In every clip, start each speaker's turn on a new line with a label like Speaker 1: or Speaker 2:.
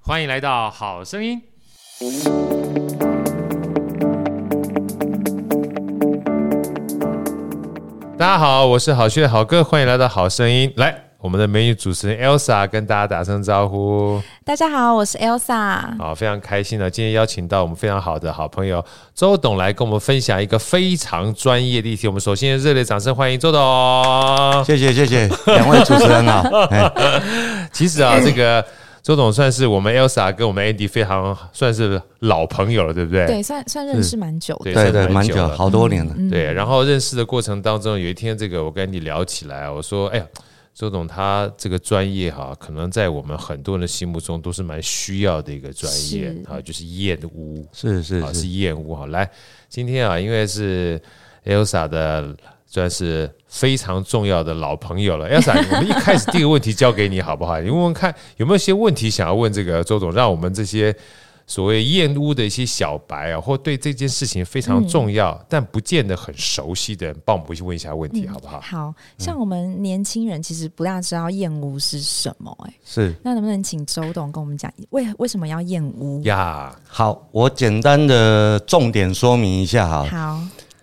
Speaker 1: 欢迎来到《好声音》。大家好，我是好趣的好哥，欢迎来到《好声音》。来，我们的美女主持人 Elsa 跟大家打声招呼。
Speaker 2: 大家好，我是 Elsa。
Speaker 1: 好，非常开心呢，今天邀请到我们非常好的好朋友周董来跟我们分享一个非常专业的议题。我们首先热烈掌声欢迎周董。
Speaker 3: 谢谢谢谢，两位主持人好。哎，
Speaker 1: 其实啊，这个周董算是我们 Elsa 跟我们 Andy 非常算是老朋友了，对不对？
Speaker 2: 对，算算认识蛮久的。
Speaker 1: 对
Speaker 3: 对对，
Speaker 1: 蛮
Speaker 3: 蛮
Speaker 1: 久
Speaker 3: 久，
Speaker 1: 了嗯
Speaker 3: 好多年了。
Speaker 1: 对，然后认识的过程当中，有一天这个我跟你聊起来，我说，哎呀，周董他这个专业哈、可能在我们很多人的心目中都是蛮需要的一个专业
Speaker 2: 是
Speaker 1: 啊，就是厌恶
Speaker 3: 是是
Speaker 1: 啊，
Speaker 3: 是
Speaker 1: 是，厌恶哈。来，今天啊，因为是 Elsa 的。算是非常重要的老朋友了，Elsa，我们一开始第一个问题交给你好不好？你问问看有没有一些问题想要问这个周总，让我们这些所谓厌恶的一些小白啊，或对这件事情非
Speaker 2: 嗯
Speaker 1: 常重要、但不见得很熟悉的人，帮我们去问一下问
Speaker 2: 嗯
Speaker 1: 题好不好？
Speaker 2: 好像我们年轻人其实不大知道厌恶是什么、哎，
Speaker 3: 是
Speaker 2: 那能不能请周董跟我们讲，为为什么要厌恶？
Speaker 1: 呀，
Speaker 3: 好，我简单的重点说明一下哈。
Speaker 2: 好，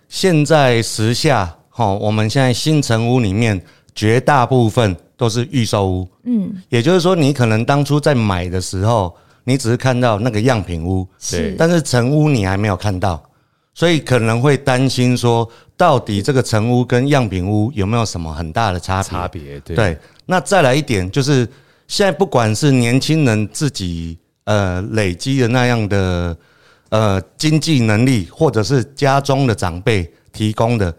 Speaker 3: 现在时下，哈，我们现在新城屋里面绝大部分都是预售屋，
Speaker 2: 嗯，
Speaker 3: 也就是说，你可能当初在买的时候，你只是看到那个样品屋，
Speaker 1: 对
Speaker 2: 是，
Speaker 3: 但是成屋你还没有看到，所以可能会担心说，到底这个成屋跟样品屋有没有什么很大的差别？
Speaker 1: 差别对
Speaker 3: 对，那再来一点，就是现在不管是年轻人自己呃累积的那样的呃经济能力，或者是家中的长辈提供的，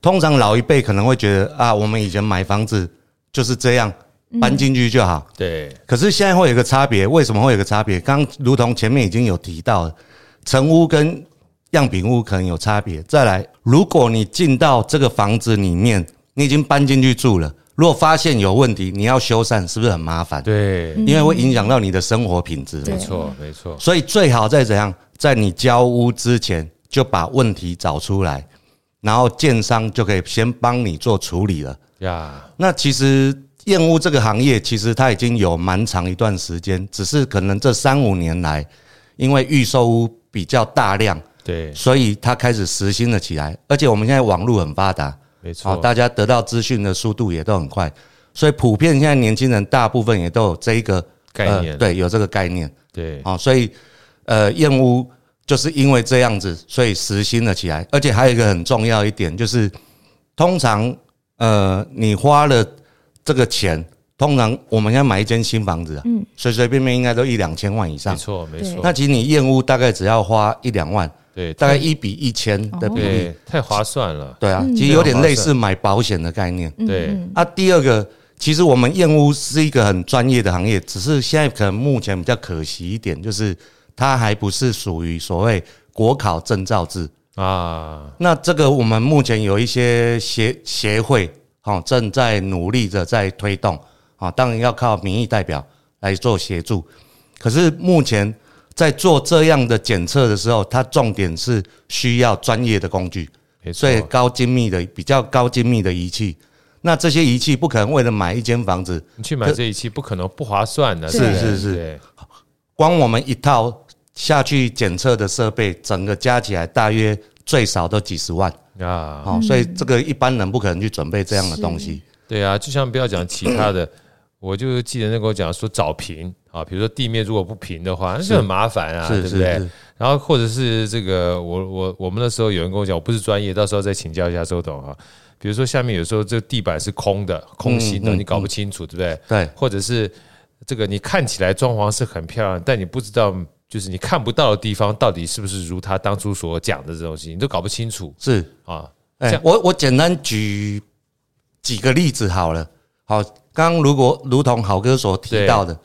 Speaker 3: 通常老一辈可能会觉得啊，我们以前买房子就是这样搬进去就好。
Speaker 1: 对
Speaker 3: 可是现在会有一个差别，为什么会有一个差别？刚如同前面已经有提到了，成屋跟样品屋可能有差别。再来，如果你进到这个房子里面，你已经搬进去住了，如果发现有问题，你要修缮，是不是很麻烦？
Speaker 1: 对，
Speaker 2: 嗯
Speaker 3: 因为会影响到你的生活品质嘛。
Speaker 1: 没错没错，
Speaker 3: 所以最好在怎样，在你交屋之前就把问题找出来，然后建商就可以先帮你做处理了。
Speaker 1: 呀
Speaker 3: 那其实厌恶这个行业，其实它已经有蛮长一段时间，只是可能这三五年来，因为预售屋比较大量，
Speaker 1: 对，
Speaker 3: 所以它开始实行了起来。而且我们现在网络很发达，
Speaker 1: 没
Speaker 3: 好，
Speaker 1: 错，
Speaker 3: 大家得到资讯的速度也都很快，所以普遍现在年轻人大部分也都有这一个
Speaker 1: 概念
Speaker 3: 呃对，有这个概念。
Speaker 1: 对
Speaker 3: 哦，所以呃，燕屋就是因为这样子，所以实行了起来。而且还有一个很重要一点，就是通常呃，你花了这个钱，通常我们要买一间新房子、啊，
Speaker 2: 嗯
Speaker 3: 随随便便应该都一两千万以
Speaker 1: 没
Speaker 3: 上。
Speaker 1: 错没
Speaker 2: 对
Speaker 1: 错，
Speaker 3: 那其实你燕屋大概只要花一两万，
Speaker 1: 对
Speaker 3: 大概一比一千的比例，
Speaker 1: 对太划算了，
Speaker 3: 对啊，
Speaker 2: 哦嗯
Speaker 3: 其实有点类似买保险的概念。
Speaker 2: 嗯
Speaker 1: 对
Speaker 2: 嗯
Speaker 3: 啊，第二个，其实我们燕屋是一个很专业的行业，只是现在可能目前比较可惜一点，就是它还不是属于所谓国考证照制。
Speaker 1: 啊，
Speaker 3: 那这个我们目前有一些协协会，哦，正在努力着在推动，啊、当然要靠民意代表来做协助。可是目前在做这样的检测的时候，它重点是需要专业的工具。
Speaker 1: 没错
Speaker 3: 所，以高精密的、比较高精密的仪器。那这些仪器不可能为了买一间房子，
Speaker 1: 你去买这一期不可能不划算的，
Speaker 2: 是
Speaker 1: 对不对
Speaker 3: 是是
Speaker 1: 对
Speaker 3: 光我们一套下去检测的设备，整个加起来大约最少都几十万
Speaker 1: 啊，
Speaker 3: 哦，所以这个一般人不可能去准备这样的东西。
Speaker 1: 对啊，就像不要讲其他 的，我就记得那跟我讲说找平啊，比如说地面如果不平的话，那就很麻烦啊，对
Speaker 3: 是
Speaker 1: 不
Speaker 3: 是
Speaker 1: 对
Speaker 3: 是？，
Speaker 1: 然后或者是这个，我我我们那时候有人跟我讲，我不是专业，到时候再请教一下周董啊。比如说下面有时候这地板是空的、空心的，
Speaker 3: 嗯嗯
Speaker 1: 你搞不清楚，对不对？
Speaker 3: 对
Speaker 1: 或者是这个你看起来装潢是很漂亮，但你不知道。就是你看不到的地方，到底是不是如他当初所讲的这东西，你都搞不清楚
Speaker 3: 是。
Speaker 1: 啊！
Speaker 3: 哎、
Speaker 1: 这样
Speaker 3: 我我简单举几个例子好了。好，刚刚如果如同好哥所提到的，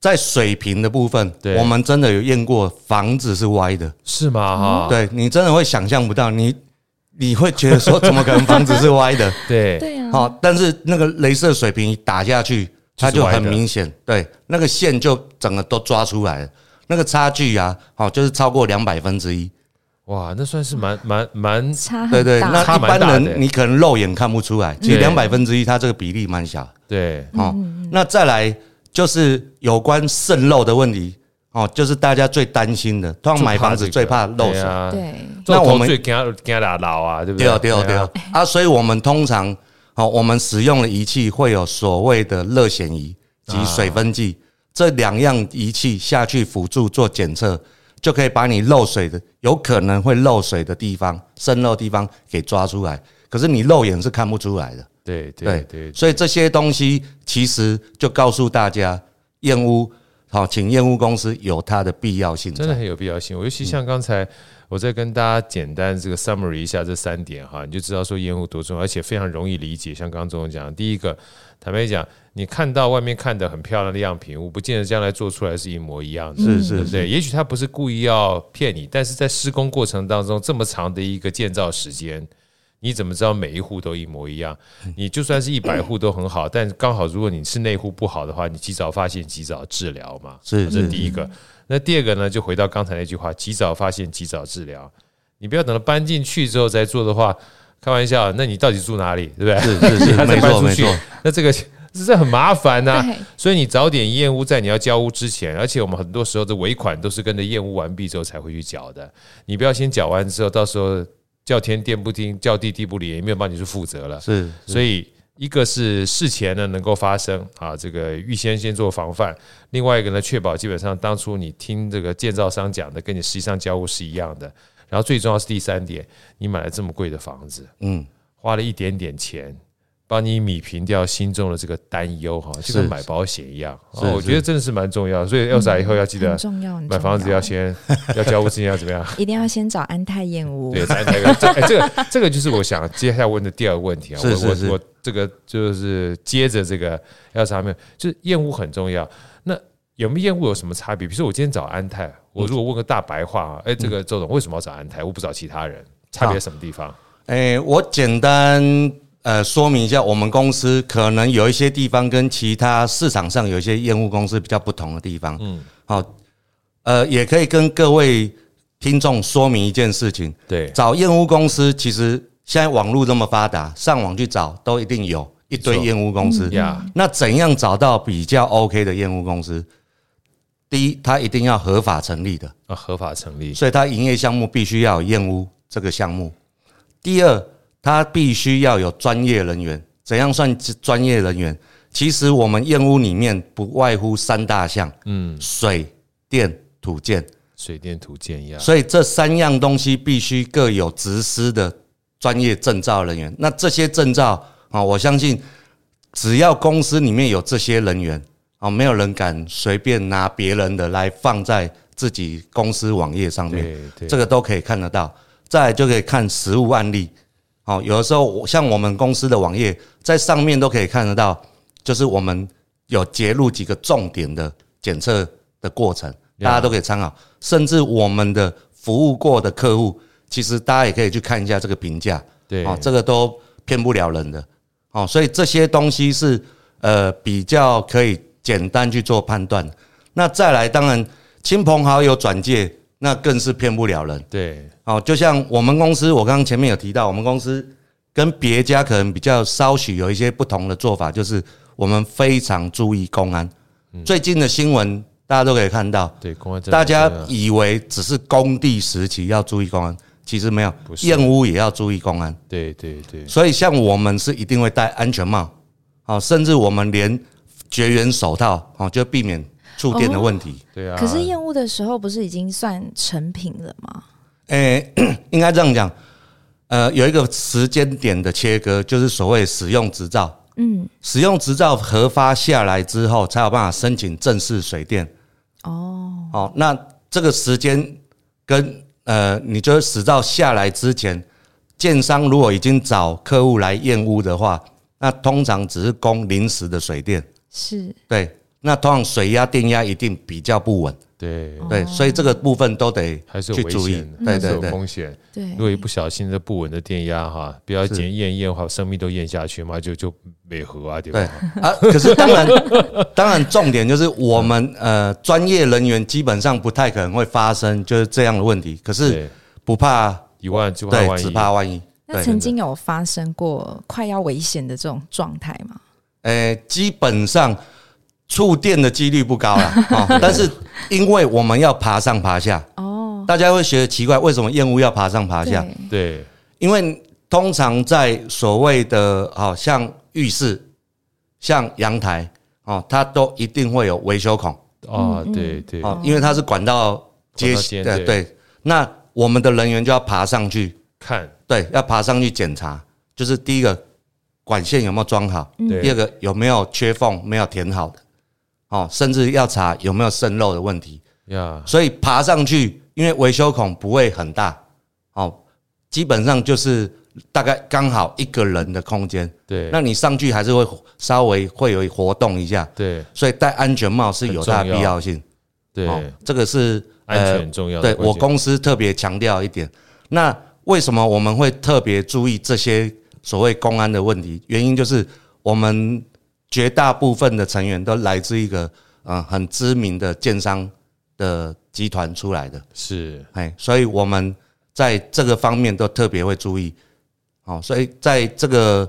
Speaker 3: 在水平的部分
Speaker 1: 对，
Speaker 3: 我们真的有验过房子是歪的。
Speaker 1: 是吗？哈、
Speaker 3: 嗯对你真的会想象不到，你你会觉得说，怎么可能房子是 歪的？
Speaker 1: 对
Speaker 2: 对啊，
Speaker 3: 好、但是那个镭射水平一打下去，它
Speaker 1: 就是
Speaker 3: 就
Speaker 1: 歪的
Speaker 3: 很明显，对，那个线就整个都抓出来了，那个差距啊，好、就是超过两百分之一，
Speaker 1: 哇，那算是蛮蛮蛮
Speaker 2: 差
Speaker 3: 对
Speaker 2: 很
Speaker 3: 对，
Speaker 2: 大，
Speaker 3: 那
Speaker 1: 差
Speaker 3: 一
Speaker 1: 蛮
Speaker 3: 般
Speaker 1: 大的
Speaker 3: 人你可能肉眼看不出来，其实
Speaker 1: 对嗯
Speaker 3: 两百分之一，它这个比例蛮小，
Speaker 1: 对
Speaker 3: 好、那再来就是有关渗漏的问题哦，就是大家最担心的，通常买房子最怕漏
Speaker 1: 对
Speaker 3: 水。
Speaker 1: 啊，
Speaker 2: 对，
Speaker 1: 做
Speaker 3: 那我
Speaker 1: 头
Speaker 3: 们
Speaker 1: 最惊惊打老啊，对不
Speaker 3: 对哦，
Speaker 1: 对？
Speaker 3: 对哦，对
Speaker 1: 啊
Speaker 3: 哦，啊，所以我们通常哦，我们使用的仪器会有所谓的热显仪
Speaker 1: 啊
Speaker 3: 及水分计、这两样仪器下去辅助做检测，就可以把你漏水的有可能会漏水的地方、渗漏地方给抓出来。可是你肉眼是看不出来的，
Speaker 1: 对对对，
Speaker 3: 所以这些东西其实就告诉大家，验屋好、请验屋公司有它的必要性在。
Speaker 1: 真的很有必要性。尤其像刚
Speaker 3: 嗯
Speaker 1: 才我再跟大家简单这个 summary 一下这三点哈，你就知道说烟雾多重要，而且非常容易理解。像刚刚钟总讲的，第一个，坦白讲，你看到外面看的很漂亮的样品屋，不见得将来做出来是一模一样的。
Speaker 3: 嗯是
Speaker 1: 对
Speaker 3: 是
Speaker 1: 不
Speaker 3: 是，
Speaker 1: 对？也许他不是故意要骗你，但是在施工过程当中，这么长的一个建造时间，你怎么知道每一户都一模一样？
Speaker 3: 嗯
Speaker 1: 你就算是一百户都很好，但刚好如果你是那户不好的话，你及早发现，及早治疗嘛，
Speaker 3: 是
Speaker 1: 这是
Speaker 3: 是
Speaker 1: 第一个。那第二个呢，就回到刚才那句话，及早发现，及早治疗。你不要等到搬进去之后再做的话，开玩笑，那你到底住哪里，对不对？
Speaker 3: 是是
Speaker 1: 你
Speaker 3: 是，
Speaker 1: 还在
Speaker 3: 没
Speaker 1: 搬
Speaker 3: 错
Speaker 1: 出
Speaker 3: 没
Speaker 1: 去
Speaker 3: 错，，
Speaker 1: 那这个这很麻烦呐、
Speaker 2: 对
Speaker 1: 所以你早点验屋，在你要交屋之前，而且我们很多时候的尾款都是跟着验屋完毕之后才会去缴的。你不要先缴完之后，到时候叫天电不听，叫地地不理，也没有帮你去负责了。
Speaker 3: 是
Speaker 1: 所以一个是事前呢能够发生啊，这个预先先做防范；另外一个呢，确保基本上当初你听这个建造商讲的，跟你实际上交屋是一样的。然后最重要是第三点，你买了这么贵的房子，
Speaker 3: 嗯，
Speaker 1: 花了一点点钱，帮你米平掉心中的这个担忧哈，就是跟买保险一样。
Speaker 3: 是
Speaker 1: 哦，我觉得真的是嗯蛮重要，所以 Elsa 以后要记
Speaker 2: 很
Speaker 1: 得
Speaker 2: 重要，很
Speaker 1: 买房子
Speaker 2: 重
Speaker 1: 要先要交屋之前要怎么样？
Speaker 2: 一定要先找安泰燕屋，
Speaker 1: 对，在那个这、哎这个这个就是我想接下来问的第二个问题啊。
Speaker 3: 是是
Speaker 1: 我
Speaker 3: 是
Speaker 1: 我我这个就是接着这个要查没有，就是厌恶很重要。那有没有厌恶有什么差别？比如说我今天找安泰，
Speaker 3: 嗯
Speaker 1: 我如果问个大白话啊，哎，这个周董为什么要找安泰？我不找其他人，差
Speaker 3: 啊
Speaker 1: 别什么地方？
Speaker 3: 诶、哎我简单呃说明一下，我们公司可能有一些地方跟其他市场上有一些验屋公司比较不同的地方。嗯，好、呃，也可以跟各位听众说明一件事情：
Speaker 1: 对，
Speaker 3: 找验屋公司，其实现在网络这么发达，上网去找都一定有一堆
Speaker 1: 没错
Speaker 3: 验屋公司。
Speaker 1: 嗯呀，
Speaker 3: 那怎样找到比较 OK 的验屋公司？第一，它一定要合法成立的。
Speaker 1: 啊，合法成立。
Speaker 3: 所以它营业项目必须要有验屋这个项目。第二，它必须要有专业人员。怎样算专业人员？其实我们验屋里面不外乎三大项：
Speaker 1: 嗯，
Speaker 3: 水、电、土建。
Speaker 1: 水电图鉴呀，
Speaker 3: 所以这三样东西必须各有执师的专业证照人员。那这些证照啊，我相信只要公司里面有这些人员啊，没有人敢随便拿别人的来放在自己公司网页上面。
Speaker 1: 对对，
Speaker 3: 这
Speaker 1: 个
Speaker 3: 个都可以看得到。再来就可以看实物案例，好、有的时候我像我们公司的网页在上面都可以看得到，就是我们有揭露几个重点的检测的过程，
Speaker 1: Yeah
Speaker 3: 大家都可以参考。甚至我们的服务过的客户，其实大家也可以去看一下这个评价，
Speaker 1: 对
Speaker 3: 哦，这个都骗不了人的，哦，所以这些东西是呃比较可以简单去做判断。那再来，当然亲朋好友转介，那更是骗不了人。
Speaker 1: 对
Speaker 3: 哦，就像我们公司，我刚刚前面有提到，我们公司跟别家可能比较稍许有一些不同的做法，就是我们非常注意公安。最近的新闻大家都可以看到，
Speaker 1: 对，公安嗯真的
Speaker 3: 大家
Speaker 1: 很重要
Speaker 3: 以为只是工地时期要注意公安，其实没有
Speaker 1: 不，是
Speaker 3: 燕屋也要注意公安。
Speaker 1: 对对对，
Speaker 3: 所以像我们是一定会戴安全帽，哦，甚至我们连绝缘手套，哦，就避免触电的问题。
Speaker 1: 对啊。
Speaker 2: 可是验屋的时候不是已经算成品了吗？
Speaker 3: 诶、 应该这样讲，呃，有一个时间点的切割，就是所谓使用执照。
Speaker 2: 嗯，
Speaker 3: 使用执照核发下来之后，才有办法申请正式水电。
Speaker 2: 哦，
Speaker 3: 哦，那这个时间跟呃，你就是执照下来之前，建商如果已经找客户来验屋的话，那通常只是供临时的水电。
Speaker 2: 是
Speaker 3: 对，那通常水压、电压一定比较不稳。
Speaker 1: 对，
Speaker 2: 哦
Speaker 3: 对，所以这个部分都得
Speaker 1: 还是
Speaker 3: 哦去
Speaker 1: 有危
Speaker 3: 注意
Speaker 1: 险的，。
Speaker 3: 对
Speaker 1: 还是
Speaker 3: 对
Speaker 1: 有
Speaker 3: 对，
Speaker 1: 风险。
Speaker 2: 对
Speaker 1: 如，果一不小心这不稳的电压哈，不要
Speaker 3: 哎是
Speaker 1: 检验验好，生命都验下去嘛，就就没合啊，对
Speaker 3: 对
Speaker 1: 吧？
Speaker 3: 啊，可是当然， 当然重点就是我们
Speaker 1: 嗯
Speaker 3: 呃专业人员基本上不太可能会发生就是这样的问题，可是
Speaker 1: 对，
Speaker 3: 不怕，
Speaker 1: 一万就怕
Speaker 3: 对，
Speaker 1: 万
Speaker 3: 只
Speaker 1: 一，
Speaker 3: 怕万一。
Speaker 2: 那曾经有发生过快要危险的这种状态吗？
Speaker 3: 呃，基本上触电的几率不高了 啊、哦但是因为我们要爬上爬下，
Speaker 2: 哦，
Speaker 3: 大家会觉得奇怪，为什么燕窝要爬上爬下？
Speaker 2: 对
Speaker 1: 对，
Speaker 3: 因为通常在所谓的好、哦、像浴室、像阳台哦，它都一定会有维修孔
Speaker 1: 哦，
Speaker 2: 嗯
Speaker 1: 对对，
Speaker 3: 哦，因为它是管道接
Speaker 1: 管道间
Speaker 3: 呃
Speaker 1: 对
Speaker 3: 对，那我们的人员就要爬上去，
Speaker 1: 看
Speaker 3: 对，要爬上去检查，就是第一个管线有没有装好，第
Speaker 1: 对
Speaker 3: 二个有没有缺缝没有填好的，哦，甚至要查有没有渗漏的问题。
Speaker 1: 呀，
Speaker 3: 所以爬上去，因为维修孔不会很大，哦，基本上就是大概刚好一个人的空间。
Speaker 1: 对，
Speaker 3: 那你上去还是会稍微会有活动一下，
Speaker 1: 对
Speaker 3: 所以戴安全帽是有它
Speaker 1: 很重
Speaker 3: 的
Speaker 1: 要
Speaker 3: 必要性。
Speaker 1: 对，
Speaker 3: 哦，这个是呃
Speaker 1: 安全很重要的
Speaker 3: 对
Speaker 1: 关键。
Speaker 3: 我公司特别强调一点。那为什么我们会特别注意这些所谓公安的问题？原因就是我们绝大部分的成员都来自一个呃很知名的建商的集团出来的，
Speaker 1: 是
Speaker 3: 哎，所以我们在这个方面都特别会注意。哦，所以在这个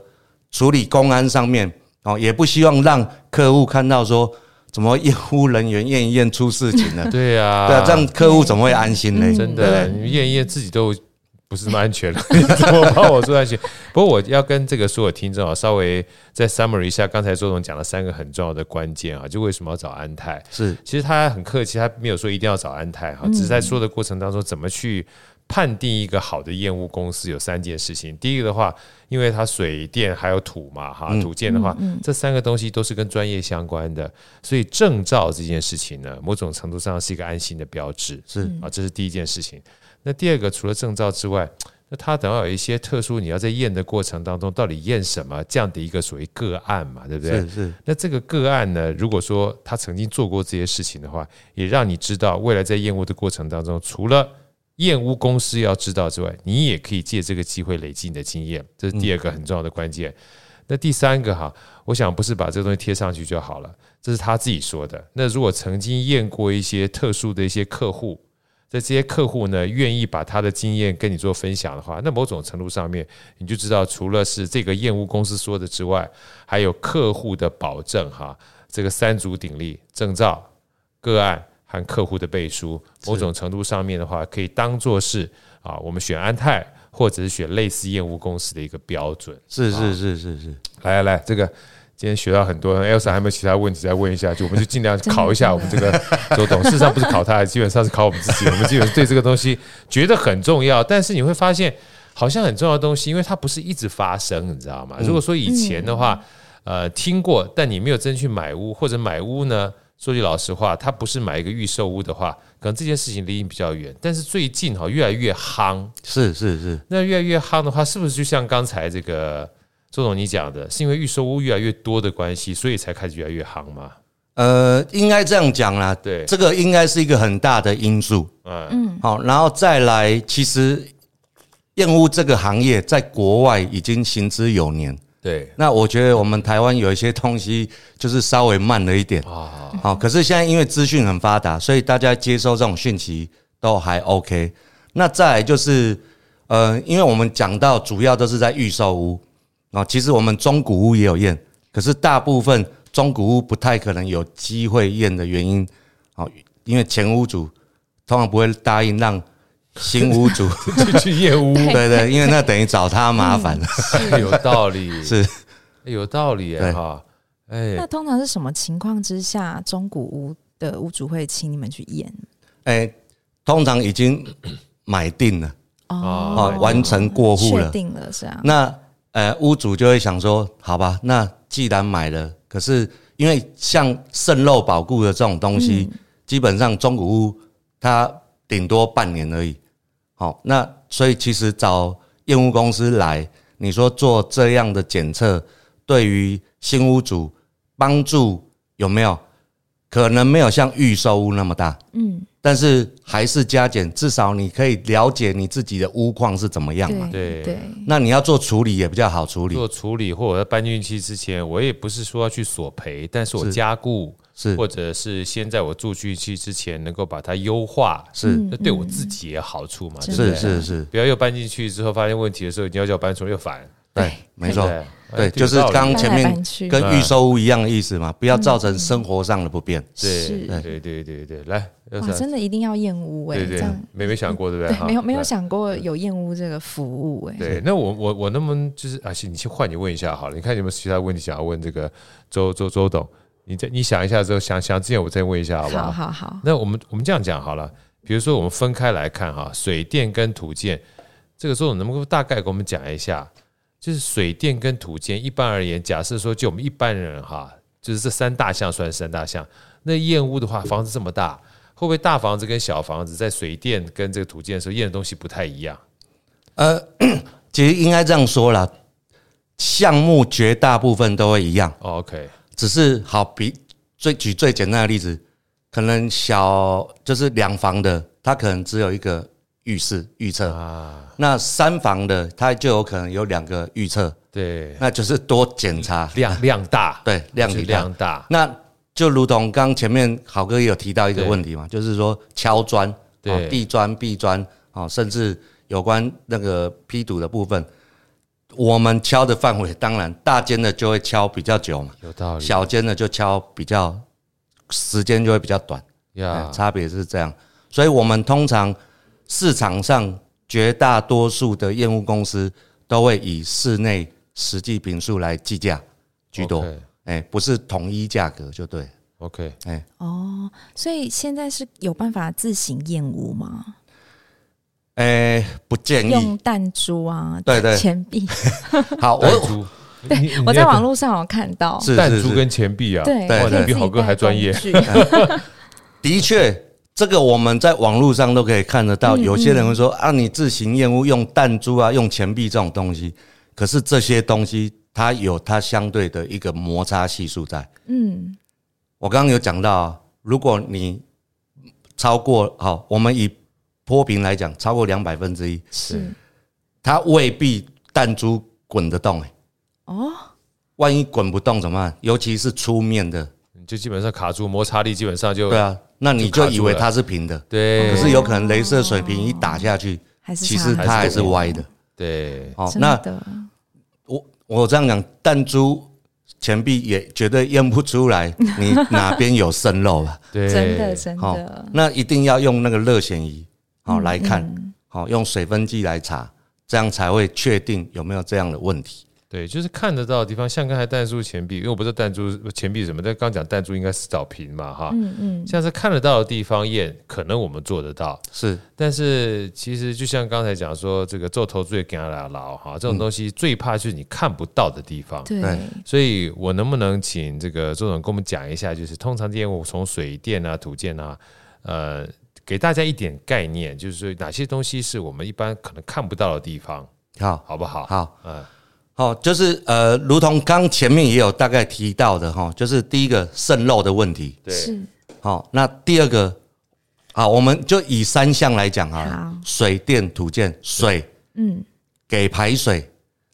Speaker 3: 处理公安上面，哦，也不希望让客户看到说怎么验屋人员验一验出事情了，
Speaker 1: 对呀，
Speaker 3: 对啊，这样客户怎么会安心呢？
Speaker 1: 嗯真
Speaker 3: 对不
Speaker 1: 的，
Speaker 3: 对
Speaker 1: 你们验一验自己都不是那么安全了， 你怎么帮我说安全？ 不过我要跟这个所有听众啊，稍微再 summary 一下刚才周总讲了三个很重要的关键啊，就为什么要找安泰。
Speaker 3: 是
Speaker 1: 其实他很客气，他没有说一定要找安泰哈，只是在说的过程当中，怎么去判定一个好的验屋公司有三件事情。第一个的话，因为它水电还有土嘛哈，土建的话，这三个东西都是跟专业相关的，所以证照这件事情呢，某种程度上是一个安心的标志。
Speaker 3: 是
Speaker 1: 啊，这是第一件事情。那第二个，除了证照之外，那它等要有一些特殊，你要在验的过程当中，到底验什么这样的一个所谓个案嘛，对不对？
Speaker 3: 是是
Speaker 1: 那这个个案呢，如果说他曾经做过这些事情的话，也让你知道未来在验屋的过程当中，除了验屋公司要知道之外，你也可以借这个机会累积你的经验，这是第二个很重要的关键。那第三个哈，我想不是把这个东西贴上去就好了，这是他自己说的。那如果曾经验过一些特殊的一些客户，在这些客户呢愿意把他的经验跟你做分享的话，那某种程度上面你就知道，除了是这个验屋公司说的之外，还有客户的保证哈，这个三足鼎立，证照、个案和客户的背书，某种程度上面的话，可以当做是啊，我们选安泰或者是选类似验屋公司的一个标准。
Speaker 3: 是是是
Speaker 1: 啊
Speaker 3: 是是，
Speaker 1: 来来来，这个今天学到很多。Elsa 还有没有其他问题再问一下？就我们就尽量考一下我们这个周董。事实上不是考他，基本上是考我们自己。我们基本上对这个东西觉得很重要，但是你会发现好像很重要的东西，因为它不是一直发生，你知道吗？如果说以前的话，呃，听过，但你没有真去买屋，或者买屋呢？说句老实话，它不是买一个预售屋的话，可能这件事情离你比较远。但是最近哈越来越夯，
Speaker 3: 是是是，
Speaker 1: 那越来越夯的话，是不是就像刚才这个周总你讲的，是因为预售屋越来越多的关系，所以才开始越来越夯嘛？
Speaker 3: 呃，应该这样讲啦，
Speaker 1: 对
Speaker 3: 这个应该是一个很大的因素。
Speaker 1: 嗯，
Speaker 3: 好，然后再来，其实燕屋这个行业在国外已经行之有年，
Speaker 1: 对
Speaker 3: 那我觉得我们台湾有一些东西就是稍微慢了一点。
Speaker 1: 啊，
Speaker 3: 好，可是现在因为资讯很发达，所以大家接收这种讯息都还 OK。那再来就是，呃，因为我们讲到主要都是在预售屋啊、其实我们中古屋也有验，可是大部分中古屋不太可能有机会验的原因，哦，因为前屋主通常不会答应让新屋主，
Speaker 1: 就去验屋
Speaker 3: 对对，因为那等于找他麻烦了。
Speaker 1: 有道理， 哎
Speaker 3: 是
Speaker 1: 有道理耶
Speaker 3: 对
Speaker 1: 哈。哎
Speaker 2: 那，通常是什么情况之下，中古屋的屋主会请你们去验？
Speaker 3: 哎、通常已经买定了啊、
Speaker 1: 哦
Speaker 3: 完成过户
Speaker 2: 确
Speaker 3: 了。
Speaker 2: 定了是啊，
Speaker 3: 那呃，屋主就会想说，好吧，那既然买了，可是因为像渗漏保固的这种东
Speaker 2: 嗯
Speaker 3: 西，基本上中古屋它顶多半年而已。好、那所以其实找验屋公司来，你说做这样的检测，对于新屋主帮助有没有？可能没有像预售屋那么大，
Speaker 2: 嗯，
Speaker 3: 但是还是加减，至少你可以了解你自己的屋况是怎么样嘛。
Speaker 1: 对
Speaker 2: 嗯对对，
Speaker 3: 那你要做处理也比较好处理，
Speaker 1: 做处理或者在搬进去之前，我也不是说要去索赔，但是我
Speaker 3: 是
Speaker 1: 加固
Speaker 3: 是
Speaker 1: 或者是先在我住进去之前能够把它优化，
Speaker 3: 是
Speaker 1: 那对我自己也好处嘛，对不
Speaker 2: 嗯真
Speaker 1: 对
Speaker 3: 是？是是，
Speaker 2: 哎
Speaker 1: 不要又搬进去之后发现问题的时候，你要叫我搬出来又烦，
Speaker 3: 对，没错
Speaker 1: 对，哎
Speaker 3: 对，就是刚
Speaker 2: 搬
Speaker 3: 前
Speaker 2: 来
Speaker 3: 面
Speaker 2: 搬去，
Speaker 3: 跟预售屋一样的意思嘛，
Speaker 2: 嗯
Speaker 3: 不要造成生活上的不便。
Speaker 1: 对哎
Speaker 2: 是
Speaker 3: 哎
Speaker 1: 对对对对，来，要
Speaker 2: 哇，真的一定要验屋哎，
Speaker 1: 对
Speaker 2: 这
Speaker 1: 对
Speaker 2: 样，
Speaker 1: 没没想过对不
Speaker 2: 对
Speaker 1: 对？哈
Speaker 2: 没有没有
Speaker 1: 来
Speaker 2: 想过有验屋这个服务哎，
Speaker 1: 对，那我我我能不能就是啊，行，你先换你问一下好了，你看有没有其他问题想要问这个周周周董？你再你想一下之后，想想之前我再问一下好不
Speaker 2: 好好好，
Speaker 1: 那我们我们这样讲好了，比如说我们分开来看哈，水电跟土建，这个周董能不能大概给我们讲一下？就是水电跟土建，一般而言，假设说就我们一般人哈，就是这三大项算是三大项。那验屋的话，房子这么大，会不会大房子跟小房子在水电跟这个土建的时候验的东西不太一样？
Speaker 3: 呃，其实应该这样说啦，项目绝大部分都会一样，
Speaker 1: 哦 OK，
Speaker 3: 只是好比最举最简单的例子，可能小就是两房的，它可能只有一个浴室预测
Speaker 1: 啊
Speaker 3: 那三房的它就有可能有两个预测，
Speaker 1: 对，
Speaker 3: 那就是多检查
Speaker 1: 量量大，
Speaker 3: 对量体量。
Speaker 1: 量大，
Speaker 3: 那就如同刚前面好哥也有提到一个
Speaker 1: 对
Speaker 3: 问题嘛，就是说敲砖、
Speaker 1: 对
Speaker 3: 哦地砖、壁砖哦，甚至有关那个批土的部分，我们敲的范围当然大间的就会敲比较久嘛，
Speaker 1: 有道理
Speaker 3: 小间的就敲比较时间就会比较短，
Speaker 1: 呀
Speaker 3: 哎。差别是这样。所以我们通常市场上绝大多数的验屋公司都会以室内实际坪数来计价居多，哎、不是统一价格就对了。
Speaker 1: OK，, o
Speaker 3: 哎，
Speaker 2: 哦，所以现在是有办法自行验屋吗？
Speaker 3: 诶、哎不建
Speaker 2: 用
Speaker 3: 议。
Speaker 2: 弹珠啊，
Speaker 3: 对对
Speaker 2: 钱 币，
Speaker 3: 好，
Speaker 1: k
Speaker 3: 我
Speaker 1: 对
Speaker 2: 我在网络上有看到，
Speaker 3: 哦是
Speaker 1: 弹
Speaker 3: 是
Speaker 1: 珠
Speaker 3: 是，
Speaker 1: 跟钱币啊，
Speaker 2: 对，
Speaker 3: 对
Speaker 2: 可以
Speaker 3: 对
Speaker 2: 自己
Speaker 1: 比好哥
Speaker 2: 带
Speaker 1: 还专
Speaker 2: 工
Speaker 1: 业
Speaker 2: 具
Speaker 3: 的确，这个我们在网络上都可以看得到。有些人会说啊，你自行验屋用弹珠啊，用钱币这种东西，可是这些东西它有它相对的一个摩擦系数在。
Speaker 2: 嗯，
Speaker 3: 我刚刚有讲到啊，如果你超过好，我们以波平来讲，超过两百分之一，
Speaker 2: 是
Speaker 3: 它未必弹珠滚得动、欸。
Speaker 2: 哦，
Speaker 3: 万一滚不动怎么办？尤其是出面的，
Speaker 1: 你就基本上卡住摩擦力，基本上就
Speaker 3: 对啊，那你
Speaker 1: 就卡
Speaker 3: 就
Speaker 1: 住
Speaker 3: 以为
Speaker 1: 了
Speaker 3: 它是平的，
Speaker 1: 对
Speaker 3: 可是有可能镭射水平一打下去，
Speaker 2: 还是
Speaker 3: 其
Speaker 2: 差
Speaker 3: 实
Speaker 2: 很
Speaker 3: 它还是
Speaker 2: 多
Speaker 3: 歪的。
Speaker 1: 对
Speaker 3: 哦，
Speaker 2: 真
Speaker 3: 那
Speaker 2: 的
Speaker 3: 我我这样讲，弹珠钱币也绝对验不出来你哪边有生肉 吧？
Speaker 1: 对，
Speaker 2: 真的真
Speaker 3: 好
Speaker 2: 的，
Speaker 3: 那一定要用那个热显仪好来看，
Speaker 2: 嗯
Speaker 3: 好用水分计来查，这样才会确定有没有这样的问题。
Speaker 1: 对，就是看得到的地方，像刚才弹珠钱币，因为我不知道弹珠钱币是什么，但刚讲弹珠应该是找平嘛哈，
Speaker 2: 嗯嗯，
Speaker 1: 像是看得到的地方验，可能我们做得到，
Speaker 3: 是
Speaker 1: 但是其实就像刚才讲说，这个做头最给他拉牢哈，这种东西最怕就是你看不到的地方。
Speaker 2: 对
Speaker 3: 对，
Speaker 1: 所以我能不能请这个周总跟我们讲一下，就是通常这些我从水电啊、土建啊，呃，给大家一点概念，就是说哪些东西是我们一般可能看不到的地方，
Speaker 3: 好
Speaker 1: 好不好？
Speaker 3: 好
Speaker 1: 嗯，
Speaker 3: 好，就是呃，如同刚前面也有大概提到的哈，就是第一个渗漏的问题。
Speaker 1: 对，
Speaker 2: 是
Speaker 3: 好、那第二个，好，我们就以三项来讲好了。
Speaker 2: 好
Speaker 3: 水电土建，水
Speaker 2: 嗯
Speaker 3: 给排水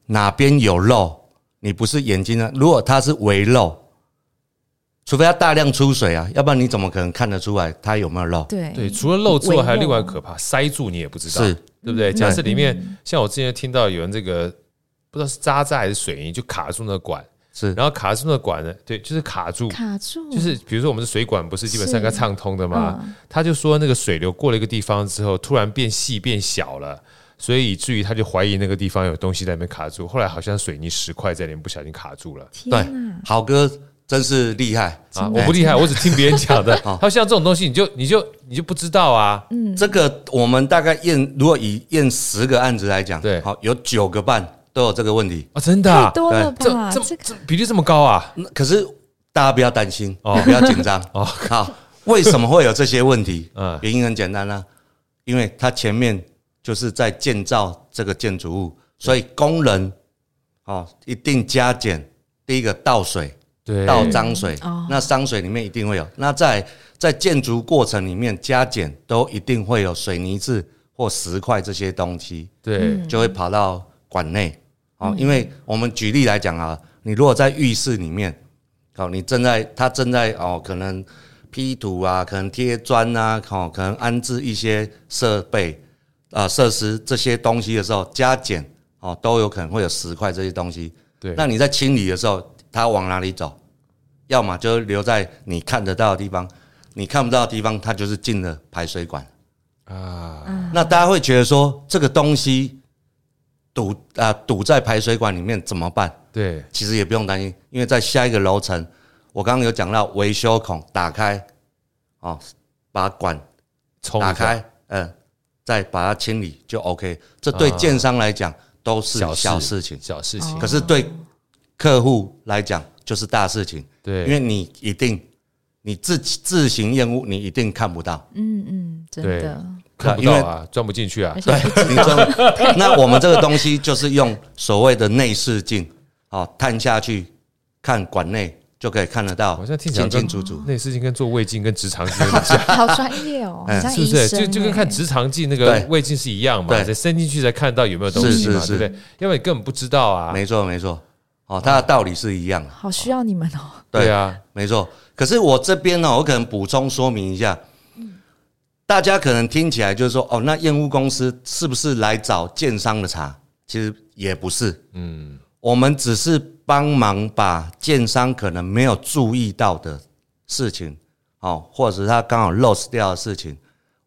Speaker 3: 哪边有漏，你不是眼睛呢？如果它是微漏，除非它大量出水啊，要不然你怎么可能看得出来它有没有漏？
Speaker 2: 对
Speaker 1: 对，除了漏之外，还有另外
Speaker 2: 围
Speaker 1: 一
Speaker 2: 漏
Speaker 1: 个可怕，塞住你也不知道，
Speaker 3: 是
Speaker 1: 对不对？
Speaker 2: 嗯
Speaker 1: 假设里面
Speaker 2: 嗯
Speaker 1: 像我之前听到有人这个不知道是渣渣还是水泥，就卡住那个管，
Speaker 3: 是
Speaker 1: 然后卡住那个管呢，对，就是卡住。
Speaker 2: 卡住，
Speaker 1: 就是比如说我们的水管不是基本上
Speaker 2: 是
Speaker 1: 该畅通的吗？
Speaker 2: 嗯
Speaker 1: 他就说那个水流过了一个地方之后，突然变细变小了，所以以至于他就怀疑那个地方有东西在那边卡住。后来好像水泥石块在里面不小心卡住了。
Speaker 3: 对
Speaker 2: 天啊哪，，
Speaker 3: 好哥真是厉害。哎
Speaker 1: 啊，我不厉害，我只听别人讲 的。他说像这种东西，你就你就你就不知道啊。
Speaker 2: 嗯
Speaker 3: 这个我们大概验，如果以验十个案子来讲，
Speaker 1: 对
Speaker 3: 好，有九个半都有这个问题。
Speaker 1: 啊，真的
Speaker 2: 太
Speaker 1: 啊，
Speaker 2: 多了
Speaker 1: 这
Speaker 2: 吧？
Speaker 1: 这
Speaker 2: 这个
Speaker 1: 这比例这么高啊？
Speaker 3: 那可是大家不要担心，
Speaker 1: 哦
Speaker 3: 也不要紧张
Speaker 1: 哦
Speaker 3: 好，为什么会有这些问题？
Speaker 1: 嗯
Speaker 3: 原因很简单啦、啊因为它前面就是在建造这个建筑物，所以工人哦一定加减。第一个倒水、
Speaker 1: 对，
Speaker 3: 倒脏水，
Speaker 2: 哦
Speaker 3: 那脏水里面一定会有。那在在建筑过程里面加减都一定会有水泥质或石块这些东西。
Speaker 2: 嗯
Speaker 1: 对
Speaker 3: 就会跑到馆内。哦，
Speaker 1: 嗯
Speaker 3: 因为我们举例来讲啊，你如果在浴室里面，哦，你正在他正在哦，可能 P 图啊，可能贴砖啊，哦，可能安置一些设备啊设施这些东西的时候，加减哦，都有可能会有石块这些东西。
Speaker 1: 对
Speaker 3: 那你在清理的时候，它往哪里走？要么就留在你看得到的地方，你看不到的地方，它就是进了排水管。
Speaker 1: 啊，
Speaker 3: 那大家会觉得说，这个东西堵啊堵在排水管里面怎么办？
Speaker 1: 对，
Speaker 3: 其实也不用担心，因为在下一个楼层，我刚刚有讲到维修孔打开，哦，把管
Speaker 1: 冲一
Speaker 3: 打
Speaker 1: 下
Speaker 3: 开，嗯，再把它清理就 OK。这对建商来讲都是
Speaker 1: 啊小
Speaker 3: 小事情，
Speaker 1: 小事情
Speaker 2: 哦，
Speaker 3: 可是对客户来讲就是大事情，
Speaker 1: 对，
Speaker 3: 因为你一定你自己自行验屋，你一定看不到。
Speaker 2: 嗯嗯，真
Speaker 1: 对
Speaker 2: 的，
Speaker 1: 看不
Speaker 3: 因
Speaker 1: 到
Speaker 3: 为
Speaker 1: 啊，钻不进去啊
Speaker 2: 而，且
Speaker 3: 你知道吗那我们这个东西就是用所谓的内视镜，哦，探下去看管内就可以看得到，
Speaker 1: 好像听起来
Speaker 3: 清
Speaker 1: 跟
Speaker 3: 清楚楚。
Speaker 1: 那事情跟做胃镜跟直 肠镜有点 像
Speaker 2: 好专业哦，
Speaker 3: 哎
Speaker 2: 很像
Speaker 1: 是不
Speaker 2: 医
Speaker 1: 是？
Speaker 2: 生
Speaker 1: 就
Speaker 2: 欸，
Speaker 1: 就跟看直肠镜那
Speaker 3: 对
Speaker 1: 个胃镜是一样嘛，
Speaker 3: 对
Speaker 1: 得伸进去才看到有没有东西嘛，
Speaker 3: 是
Speaker 1: 对
Speaker 3: 是
Speaker 1: 不对？要不然你根本不知道啊。
Speaker 3: 没错，没错，哦，它的道理是一样的，
Speaker 2: 好需要你们哦，
Speaker 3: 对
Speaker 1: 对啊，
Speaker 3: 没错。可是我这边呢，我可能补充说明一下，大家可能听起来就是说，哦，那验屋公司是不是来找建商的茬？其实也不是，嗯，我们只是帮忙把建商可能没有注意到的事情，哦，或者是他刚好 lost 掉的事情，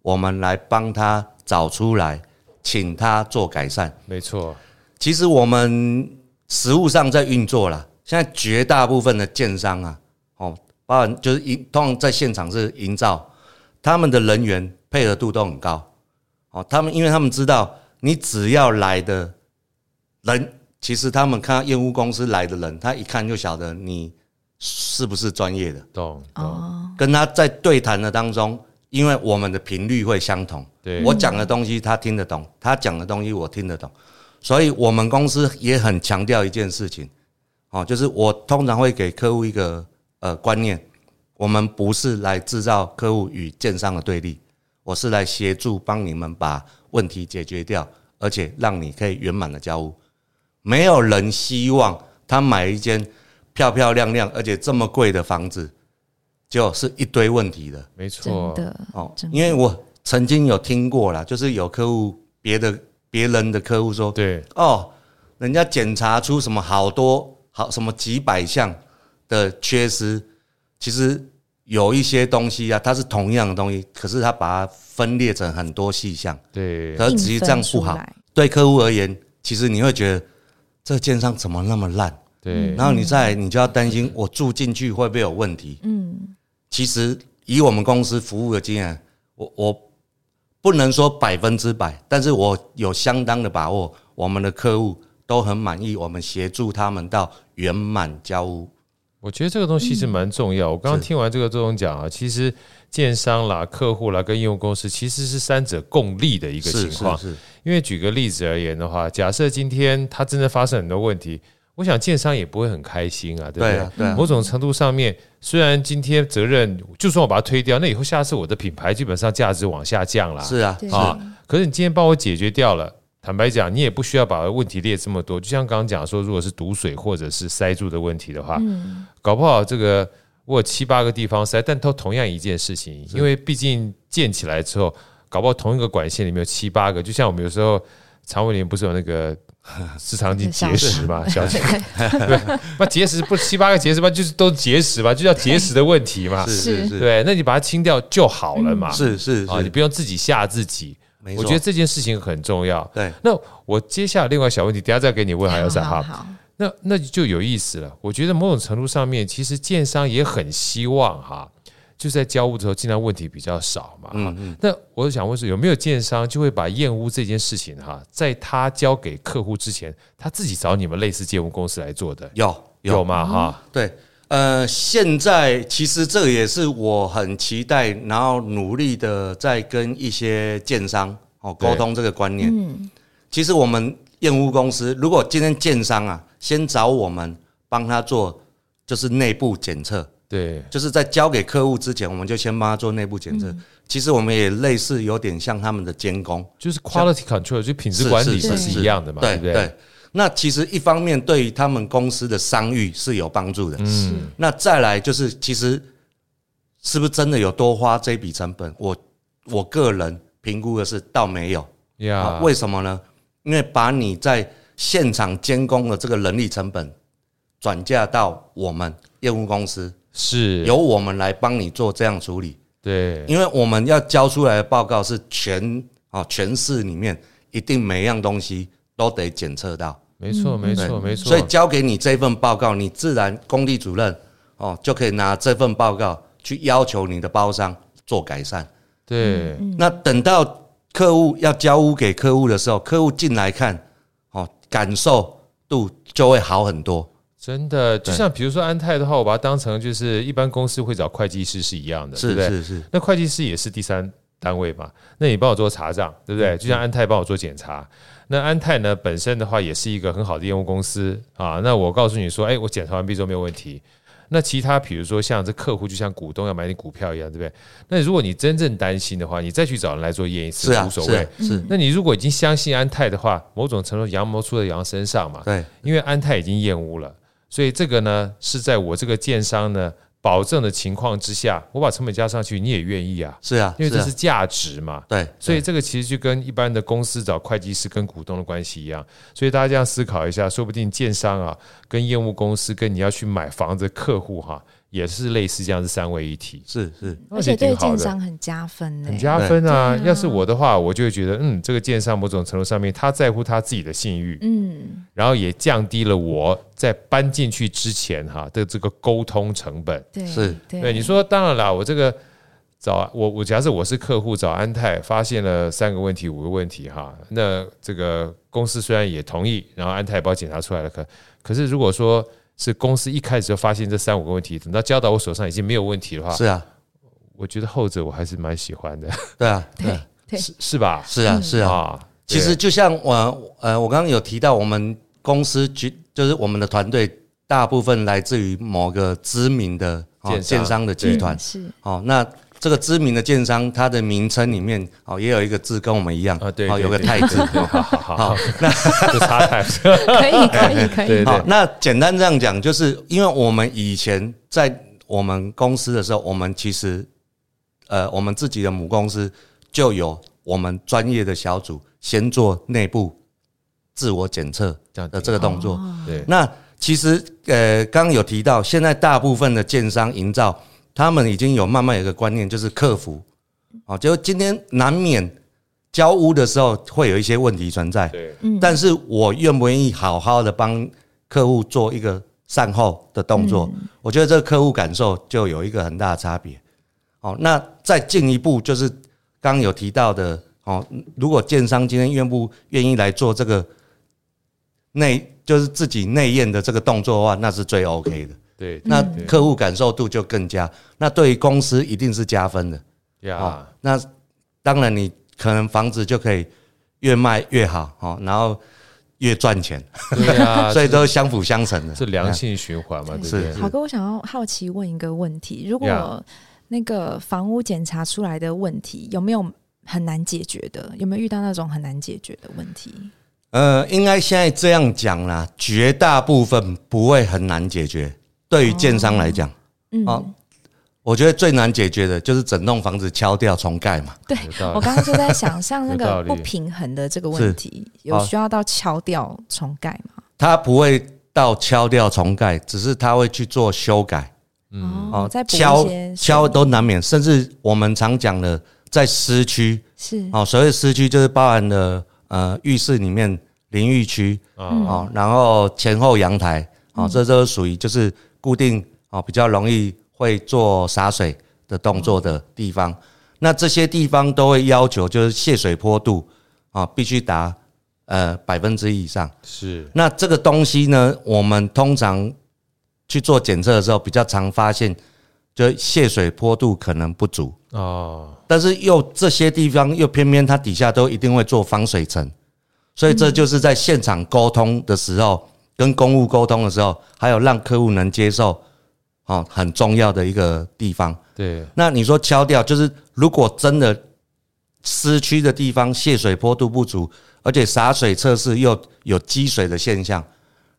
Speaker 3: 我们来帮他找出来，请他做改善。
Speaker 1: 没错，
Speaker 3: 其实我们实物上在运作啦，现在绝大部分的建商啊，哦，包含就是营，通常在现场是营造，他们的人员配合度都很高，哦，他们因为他们知道你只要来的人，其实他们看到验屋公司来的人，他一看就晓得你是不是专业的，
Speaker 1: 懂
Speaker 2: 哦
Speaker 1: 懂，
Speaker 3: 跟他在对谈的当中，因为我们的频率会相同。
Speaker 1: 对，
Speaker 3: 我讲的东西他听得懂，他讲的东西我听得懂，所以我们公司也很强调一件事情，哦，就是我通常会给客户一个呃观念，我们不是来制造客户与建商的对立，我是来协助帮你们把问题解决掉，而且让你可以圆满的交屋。没有人希望他买一间漂漂亮亮而且这么贵的房子，就是一堆问题的。
Speaker 1: 没
Speaker 2: 真
Speaker 1: 错，
Speaker 2: 的，
Speaker 3: 哦
Speaker 2: 真，的
Speaker 3: 因为我曾经有听过啦，就是有客户别的别人的客户说，
Speaker 1: 对，
Speaker 3: 哦，人家检查出什么好多好什么几百项的缺失，其实有一些东西啊，它是同样的东西，可是它把它分裂成很多细项，
Speaker 1: 对，
Speaker 3: 可是其实这样不
Speaker 2: 硬分出
Speaker 3: 好，
Speaker 2: 来
Speaker 3: 对客户而言，其实你会觉得这建商怎么那么烂，
Speaker 1: 对，
Speaker 3: 然后你再来你就要担心我住进去会不会有问题，
Speaker 2: 嗯，
Speaker 3: 其实以我们公司服务的经验，我我不能说百分之百，但是我有相当的把握，我们的客户都很满意，我们协助他们到圆满交屋。
Speaker 1: 我觉得这个东西是蛮重要。我刚刚
Speaker 3: 嗯
Speaker 1: 听完这个周总讲啊，其实建商啦、客户啦跟应用公司其实是三者共利的一个
Speaker 3: 是
Speaker 1: 情
Speaker 3: 是
Speaker 1: 况。
Speaker 3: 是，
Speaker 1: 因为举个例子而言的话，假设今天它真的发生很多问题，我想建商也不会很开心啊，对不
Speaker 3: 对
Speaker 1: 对？
Speaker 3: 啊对啊，
Speaker 1: 某种程度上面，虽然今天责任，就算我把它推掉，那以后下次我的品牌基本上价值往下降啦。
Speaker 3: 是啊
Speaker 2: 对
Speaker 3: 是
Speaker 1: 啊，可是你今天帮我解决掉了，坦白讲，你也不需要把问题列这么多。就像刚刚讲说，如果是堵水或者是塞住的问题的话，
Speaker 2: 嗯
Speaker 1: 搞不好这个我有七八个地方塞，但都同样一件事情，因为毕竟建起来之后，搞不好同一个管线里面有七八个。就像我们有时候肠胃炎不是有那 个直肠镜结石嘛，小姐， 对，那结石不是七八个结石吧，就是都结石吧，就叫结石的问题嘛。
Speaker 3: 是是是
Speaker 1: 对，那你把它清掉就好了嘛。
Speaker 3: 是是
Speaker 1: 啊啊，你
Speaker 3: 是，
Speaker 1: 不用自己吓自己。
Speaker 3: 没
Speaker 1: 我
Speaker 3: 错
Speaker 1: 觉得，这件事情很重要。
Speaker 3: 对
Speaker 1: 那我接下来另外小问题，等一下再给你问，还有啥
Speaker 2: 好
Speaker 1: 哈？
Speaker 2: 好，
Speaker 1: 那那就有意思了。我觉得某种程度上面，其实建商也很希望哈，就在交屋的时候，尽量问题比较少嘛。哈
Speaker 3: 嗯嗯，
Speaker 1: 那我想问是，有没有建商就会把验屋这件事情哈，在他交给客户之前，他自己找你们类似建屋公司来做的，
Speaker 3: 有
Speaker 1: 有
Speaker 3: 有
Speaker 1: 吗？哈，
Speaker 3: 对。呃，现在其实这也是我很期待，然后努力的在跟一些建商哦沟
Speaker 1: 对
Speaker 3: 通这个观念。
Speaker 2: 嗯，
Speaker 3: 其实我们验屋公司，如果今天建商啊，先找我们帮他做，就是内部检测，
Speaker 1: 对，
Speaker 3: 就是在交给客户之前，我们就先帮他做内部检测。其实我们也类似有点像他们的监工，
Speaker 1: 就是 quality control，就品质管理
Speaker 2: 是是
Speaker 1: 是一样的嘛，
Speaker 3: 对
Speaker 1: 不对？
Speaker 3: 对。那其实一方面对于他们公司的商誉是有帮助的，
Speaker 2: 是
Speaker 1: 嗯，
Speaker 3: 那再来就是，其实是不是真的有多花这笔成本？我我个人评估的是倒没有。啊
Speaker 1: 呀
Speaker 3: 啊，，为什么呢？因为把你在现场监工的这个人力成本转嫁到我们业务公司，
Speaker 1: 是
Speaker 3: 由我们来帮你做这样处理。
Speaker 1: 对
Speaker 3: 因为我们要交出来的报告是全啊全市里面一定每样东西都得检测到，
Speaker 1: 没错，没
Speaker 3: 对
Speaker 1: 错，没错。
Speaker 3: 所以交给你这份报告，你自然工地主任哦就可以拿这份报告去要求你的包商做改善。
Speaker 1: 对，
Speaker 3: 那等到客户要交屋给客户的时候，客户进来看哦，感受度就会好很多。
Speaker 1: 真的，就
Speaker 3: 对
Speaker 1: 像比如说安泰的话，我把它当成就是一般公司会找会计师是一样的，对
Speaker 3: 是
Speaker 1: 不对？
Speaker 3: 是是，
Speaker 1: 那会计师也是第三单位嘛，那你帮我做查账，对不
Speaker 3: 嗯
Speaker 1: 对？就像安泰帮我做检查，那安泰呢本身的话也是一个很好的业务公司啊。那我告诉你说，哎，我检查完毕之后没有问题。那其他比如说像这客户，就像股东要买你股票一样，对不对？那如果你真正担心的话，你再去找人来做验一次
Speaker 3: 是啊
Speaker 1: 无所
Speaker 3: 是
Speaker 1: 谓嗯
Speaker 3: 啊。是，
Speaker 1: 那你如果已经相信安泰的话，某种程度羊毛出在羊身上嘛，
Speaker 3: 对
Speaker 1: 因为安泰已经厌恶了，所以这个呢是在我这个建商呢保证的情况之下，我把成本加上去，你也愿意啊，
Speaker 3: 是啊，
Speaker 1: 因为这
Speaker 3: 啊
Speaker 1: 是价值嘛。
Speaker 3: 对，
Speaker 1: 所以
Speaker 3: 对
Speaker 1: 这个其实就跟一般的公司找会计师跟股东的关系一样，所以大家这样思考一下，说不定建商啊跟业务公司跟你要去买房子的客户哈、也是类似这样是三位一体，
Speaker 3: 是是
Speaker 1: 那
Speaker 2: 而且对
Speaker 1: 挺好
Speaker 2: 建
Speaker 1: 的。
Speaker 2: 商很加分呢、
Speaker 1: 很加分啊！
Speaker 2: 对
Speaker 1: 要是我的话，我就会觉得，嗯，这个建商某种程度上面，他在乎他自己的信誉，
Speaker 2: 嗯，
Speaker 1: 然后也降低了我在搬进去之前哈的这个沟通成本。
Speaker 2: 对，
Speaker 3: 是
Speaker 2: 对，
Speaker 1: 对，你说当然啦，我这个找我我假设我是客户找安泰，发现了三个问题五个问题哈，那这个公司虽然也同意，然后安泰也帮我检查出来了，可可是如果说是公司一开始就发现这三五个问题，等到交到我手上已经没有问题的话，
Speaker 3: 是啊，
Speaker 1: 我觉得后者我还是蛮喜欢的，
Speaker 3: 对啊，
Speaker 2: 对
Speaker 3: 对啊
Speaker 2: 对
Speaker 1: 是是吧？
Speaker 3: 是啊是啊。
Speaker 1: 啊，
Speaker 3: 其实
Speaker 1: 对
Speaker 3: 就像我呃，我刚刚有提到，我们公司局就是我们的团队大部分来自于某个知名的哦
Speaker 1: 建商
Speaker 3: 建商的集团
Speaker 2: 嗯。是
Speaker 3: 哦，那这个知名的建商，它的名称里面哦也有一个字跟我们一样
Speaker 1: 啊对
Speaker 3: 哦
Speaker 1: 对
Speaker 3: 有个
Speaker 1: 对
Speaker 3: 泰 字。
Speaker 1: 对对好好好好，那就差太
Speaker 2: 可以可以可
Speaker 1: 对对
Speaker 2: 以，
Speaker 3: 好，那简单这样讲，就是因为我们以前在我们公司的时候，我们其实呃，我们自己的母公司就有我们专业的小组先做内部自我检测
Speaker 1: 这样
Speaker 3: 的这个动作。
Speaker 2: 哦
Speaker 1: 对
Speaker 3: 那其实呃，刚刚有提到，现在大部分的建商营造，他们已经有慢慢有一个观念，就是客服哦，就今天难免交屋的时候会有一些问题存在，
Speaker 1: 对
Speaker 2: 嗯
Speaker 3: 但是我愿不愿意好好的帮客户做一个善后的动作？
Speaker 2: 嗯
Speaker 3: 我觉得这个客户感受就有一个很大的差别。哦，那再进一步就是刚刚有提到的哦，如果建商今天愿不愿意来做这个内，就是自己内验的这个动作的话，那是最 OK 的。
Speaker 1: 对，对
Speaker 3: 那
Speaker 1: 对
Speaker 3: 客户感受度就更加，那对于公司一定是加分的。哦
Speaker 1: 呀，，
Speaker 3: 那当然你可能房子就可以越卖越好哦，然后越赚钱，
Speaker 1: 对呀，
Speaker 3: 所以都相辅相成的。
Speaker 1: 这啊良性循环嘛，对不对
Speaker 3: 是？
Speaker 2: 好哥，我想要好奇问一个问题：如果
Speaker 1: Yeah
Speaker 2: 那个房屋检查出来的问题，有没有很难解决的？有没有遇到那种很难解决的问题？
Speaker 3: 呃，应该现在这样讲啦，绝大部分不会很难解决。对于建商来讲，
Speaker 2: 嗯，
Speaker 3: 哦我觉得最难解决的就是整栋房子敲掉重盖嘛。
Speaker 2: 对
Speaker 1: 有道理
Speaker 2: 我刚刚就在想，像那
Speaker 1: 有道
Speaker 2: 个
Speaker 1: 理
Speaker 2: 不平衡的这个问题，有需要到敲掉重盖吗？
Speaker 3: 它不会到敲掉重盖，只是它会去做修改。
Speaker 2: 哦，再补一
Speaker 3: 嗯敲
Speaker 2: 些
Speaker 3: 敲都难免，甚至我们常讲的在市区，
Speaker 2: 是
Speaker 3: 哦，所谓市区就是包含了呃浴室里面淋浴区哦，然后前后阳台哦，这都是属于就是固定哦，比较容易会做洒水的动作的地方。那这些地方都会要求就是泄水坡度啊、哦必须达呃百分之一以上。
Speaker 1: 是
Speaker 3: 那这个东西呢，我们通常去做检测的时候，比较常发现，就泄水坡度可能不足。
Speaker 1: 哦，
Speaker 3: 但是又这些地方又偏偏它底下都一定会做防水层，所以这就是在现场沟通的时候，跟公务沟通的时候，还有让客户能接受，哦，很重要的一个地方。
Speaker 1: 对，
Speaker 3: 那你说敲掉，就是如果真的市区的地方泄水坡度不足，而且洒水测试又有积水的现象，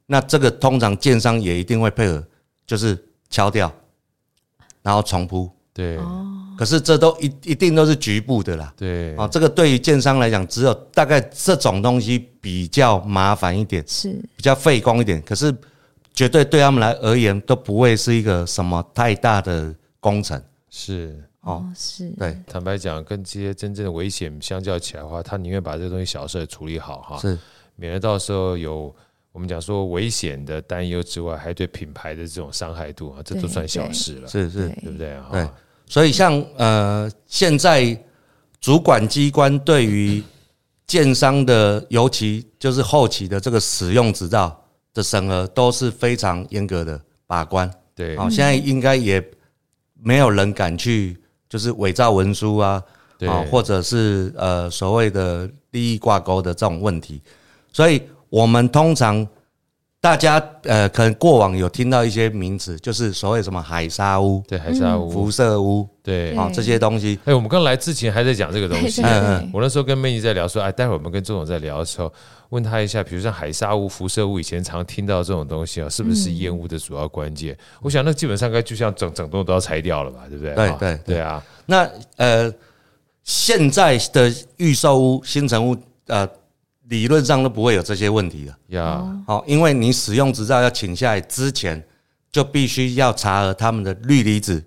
Speaker 3: 那这个通常建商也一定会配合，就是敲掉，然后重铺。
Speaker 1: 对，
Speaker 3: 哦可是这都一一定都是局部的啦。
Speaker 1: 对，
Speaker 3: 哦，这个对于建商来讲，只有大概这种东西比较麻烦一点，
Speaker 2: 是
Speaker 3: 比较费工一点。可是绝对对他们来而言都不会是一个什么太大的工程。
Speaker 1: 是，
Speaker 3: 哦，
Speaker 2: 是，
Speaker 3: 对，
Speaker 1: 坦白讲，跟这些真正的危险相较起来的话，他宁愿把这个东西小事处理好哈，
Speaker 3: 是
Speaker 1: 免得到时候有我们讲说危险的担忧之外，还对品牌的这种伤害度啊，这都
Speaker 2: 对
Speaker 1: 算小
Speaker 2: 对
Speaker 1: 事了，
Speaker 3: 是 是。
Speaker 1: 对不对啊？
Speaker 3: 对所以像呃，现在主管机关对于建商的，尤其就是后期的这个使用执照的审核，都是非常严格的把关。
Speaker 1: 对
Speaker 3: 好、现在应该也没有人敢去就是伪造文书啊，
Speaker 1: 对
Speaker 3: 啊，或者是呃所谓的利益挂钩的这种问题，所以我们通常大家呃可能过往有听到一些名词，就是所谓什么海沙屋、
Speaker 1: 对海沙屋，
Speaker 3: 辐射屋
Speaker 1: 对。
Speaker 3: 啊
Speaker 2: 对
Speaker 3: 这些东西，
Speaker 1: 哎，我们刚来之前还在讲这个东
Speaker 2: 对
Speaker 1: 西
Speaker 2: 对，
Speaker 3: 嗯
Speaker 2: 对
Speaker 1: 我那时候跟 Manny 在聊说，哎，待会儿我们跟周总在聊的时候，问他一下，比如像海沙屋、辐射屋，以前常听到这种东西啊，是不
Speaker 2: 嗯
Speaker 1: 是烟雾的主要关键？我想那基本上该就像整整栋都要拆掉了吧，对不对？
Speaker 3: 对
Speaker 1: 啊
Speaker 3: 对
Speaker 1: 对啊，
Speaker 3: 那呃，现在的预售屋、新成屋，呃，理论上都不会有这些问题的。
Speaker 1: 呀，
Speaker 3: 哦，因为你使用执照要请下来之前，就必须要查核他们的氯离子，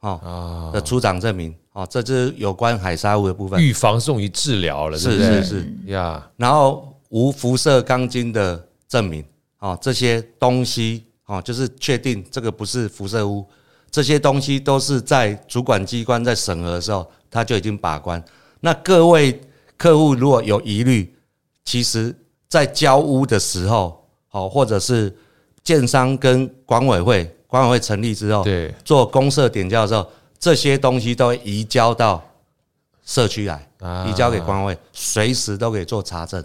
Speaker 3: 哦的出厂证明，哦，这就是有关海沙屋的部分。
Speaker 1: 预防重于治疗了，对
Speaker 3: 是
Speaker 1: 不对
Speaker 3: 是是，
Speaker 1: 呀，
Speaker 3: 然后无辐射钢筋的证明，哦，这些东西，哦，就是确定这个不是辐射屋，这些东西都是在主管机关在审核的时候，他就已经把关。那各位客户如果有疑虑，其实在交屋的时候，哦，或者是建商跟管委会，管委会成立之后，
Speaker 1: 对
Speaker 3: 做公社点交的时候，这些东西都会移交到社区来，
Speaker 1: 啊
Speaker 3: 移交给管委会，随时都可以做查证，